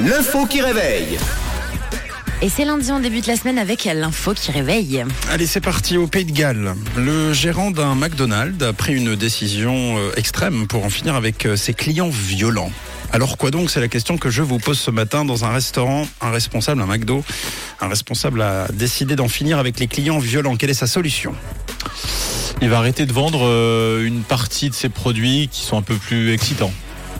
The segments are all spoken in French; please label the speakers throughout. Speaker 1: L'info qui réveille.
Speaker 2: Et c'est lundi, on débute la semaine avec l'info qui réveille.
Speaker 3: Allez, c'est parti au Pays de Galles. Le gérant d'un McDonald's a pris une décision euh, extrême pour en finir avec euh, ses clients violents. Alors quoi donc C'est la question que je vous pose ce matin dans un restaurant. Un responsable, un McDo, un responsable a décidé d'en finir avec les clients violents. Quelle est sa solution
Speaker 4: Il va arrêter de vendre euh, une partie de ses produits qui sont un peu plus excitants.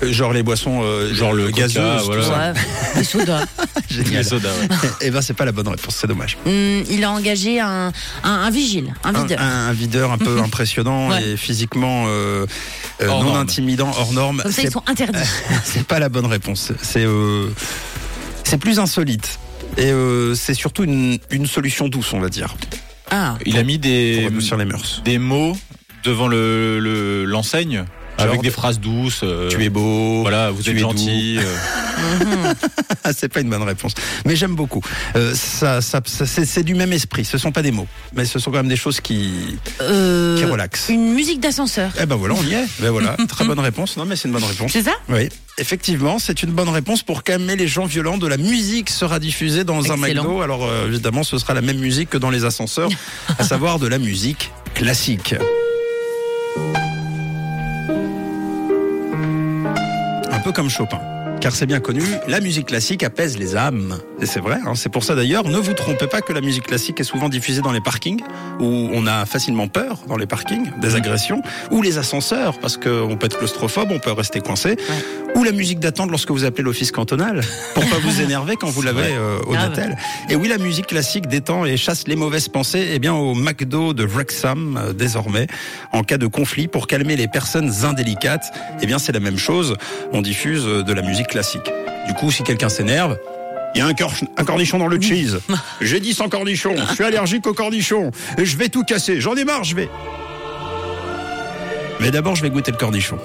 Speaker 3: Euh, Genre les boissons, euh,
Speaker 4: Genre le coca,
Speaker 3: gazeuses, tout
Speaker 4: voilà.
Speaker 3: ça.
Speaker 2: Ouais, le soda.
Speaker 3: Génial.
Speaker 4: Les sodas, ouais.
Speaker 3: Eh ben c'est pas la bonne réponse, c'est dommage.
Speaker 2: Hum, il a engagé un, un, un vigile, un
Speaker 3: Un,
Speaker 2: videur.
Speaker 3: un- un videur un peu impressionnant
Speaker 2: Ouais.
Speaker 3: et physiquement euh, euh,
Speaker 4: Hors
Speaker 3: non
Speaker 4: norme.
Speaker 3: intimidant, hors norme.
Speaker 2: Comme ça,
Speaker 3: C'est
Speaker 2: ils sont interdits.
Speaker 3: C'est pas la bonne réponse. C'est euh, c'est plus insolite. Et euh, c'est surtout une, une solution douce, on va dire,
Speaker 2: Ah,
Speaker 4: Il a mis
Speaker 3: pour
Speaker 4: des,
Speaker 3: adoucir les mœurs.
Speaker 4: des mots devant l'enseigne le, l'enseigne avec
Speaker 3: de-
Speaker 4: des phrases douces. euh,
Speaker 3: Tu es beau.
Speaker 4: Voilà, vous
Speaker 3: tu
Speaker 4: êtes
Speaker 3: es
Speaker 4: gentil. euh.
Speaker 3: Ah, c'est pas une bonne réponse. Mais j'aime beaucoup. Euh, ça, ça, ça- c'est c'est du même esprit. Ce sont pas des mots, mais ce sont quand même des choses qui,
Speaker 2: euh,
Speaker 3: qui relaxent.
Speaker 2: une musique d'ascenseur.
Speaker 3: Eh ben voilà, on y est. Ben voilà, très bonne réponse. Non, mais c'est une bonne réponse.
Speaker 2: C'est ça
Speaker 3: Oui, effectivement, c'est une bonne réponse pour calmer les gens violents. De la musique sera diffusée dans un
Speaker 2: Excellent.
Speaker 3: McDo. Alors euh, évidemment, ce sera la même musique que dans les ascenseurs, à savoir de la musique classique. Un peu comme Chopin. Car c'est bien connu, la musique classique apaise les âmes. Et c'est vrai, hein, c'est pour ça d'ailleurs, ne vous trompez pas que la musique classique est souvent diffusée dans les parkings, où on a facilement peur dans les parkings, des agressions, ou les ascenseurs, parce qu'on peut être claustrophobe, on peut rester coincé, ou la musique d'attente lorsque vous appelez l'office cantonal, pour pas vous énerver quand vous l'avez euh, au
Speaker 2: Grave.
Speaker 3: Natel. Et oui, la musique classique détend et chasse les mauvaises pensées, eh bien au McDo de Wrexham, euh, désormais, en cas de conflit, pour calmer les personnes indélicates, eh bien c'est la même chose, on diffuse euh, de la musique classique. Du coup, si quelqu'un s'énerve, il y a un, cor- un cornichon dans le cheese. J'ai dit sans cornichon, je suis allergique aux cornichons, et je vais tout casser, j'en ai marre, je vais. Mais d'abord, je vais goûter le cornichon.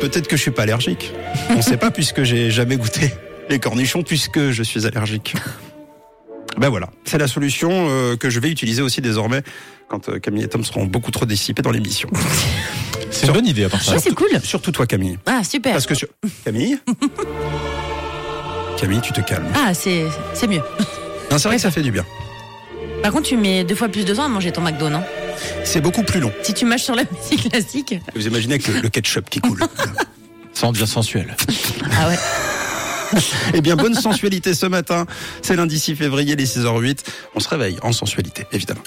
Speaker 3: Peut-être que je suis pas allergique. On sait pas puisque j'ai jamais goûté les cornichons puisque je suis allergique. Ben voilà, c'est la solution euh, que je vais utiliser aussi désormais quand euh, Camille et Tom seront beaucoup trop dissipés dans l'émission.
Speaker 4: C'est une bonne idée à part ça.
Speaker 2: Ouais, c'est cool.
Speaker 3: Surtout toi Camille.
Speaker 2: Ah, super.
Speaker 3: Parce que sur- Camille Camille, tu te calmes.
Speaker 2: Ah, c'est c'est mieux.
Speaker 3: Non, c'est vrai que ça fait du bien.
Speaker 2: Par contre, tu mets deux fois plus de temps à manger ton McDo, non
Speaker 3: C'est beaucoup plus long.
Speaker 2: Si tu mâches sur la musique classique.
Speaker 3: Vous imaginez que le ketchup qui coule.
Speaker 4: Ça en devient sensuel.
Speaker 2: Ah ouais.
Speaker 3: Eh bien, bonne sensualité ce matin. C'est lundi 6 février, les 6h08. On se réveille en sensualité, évidemment.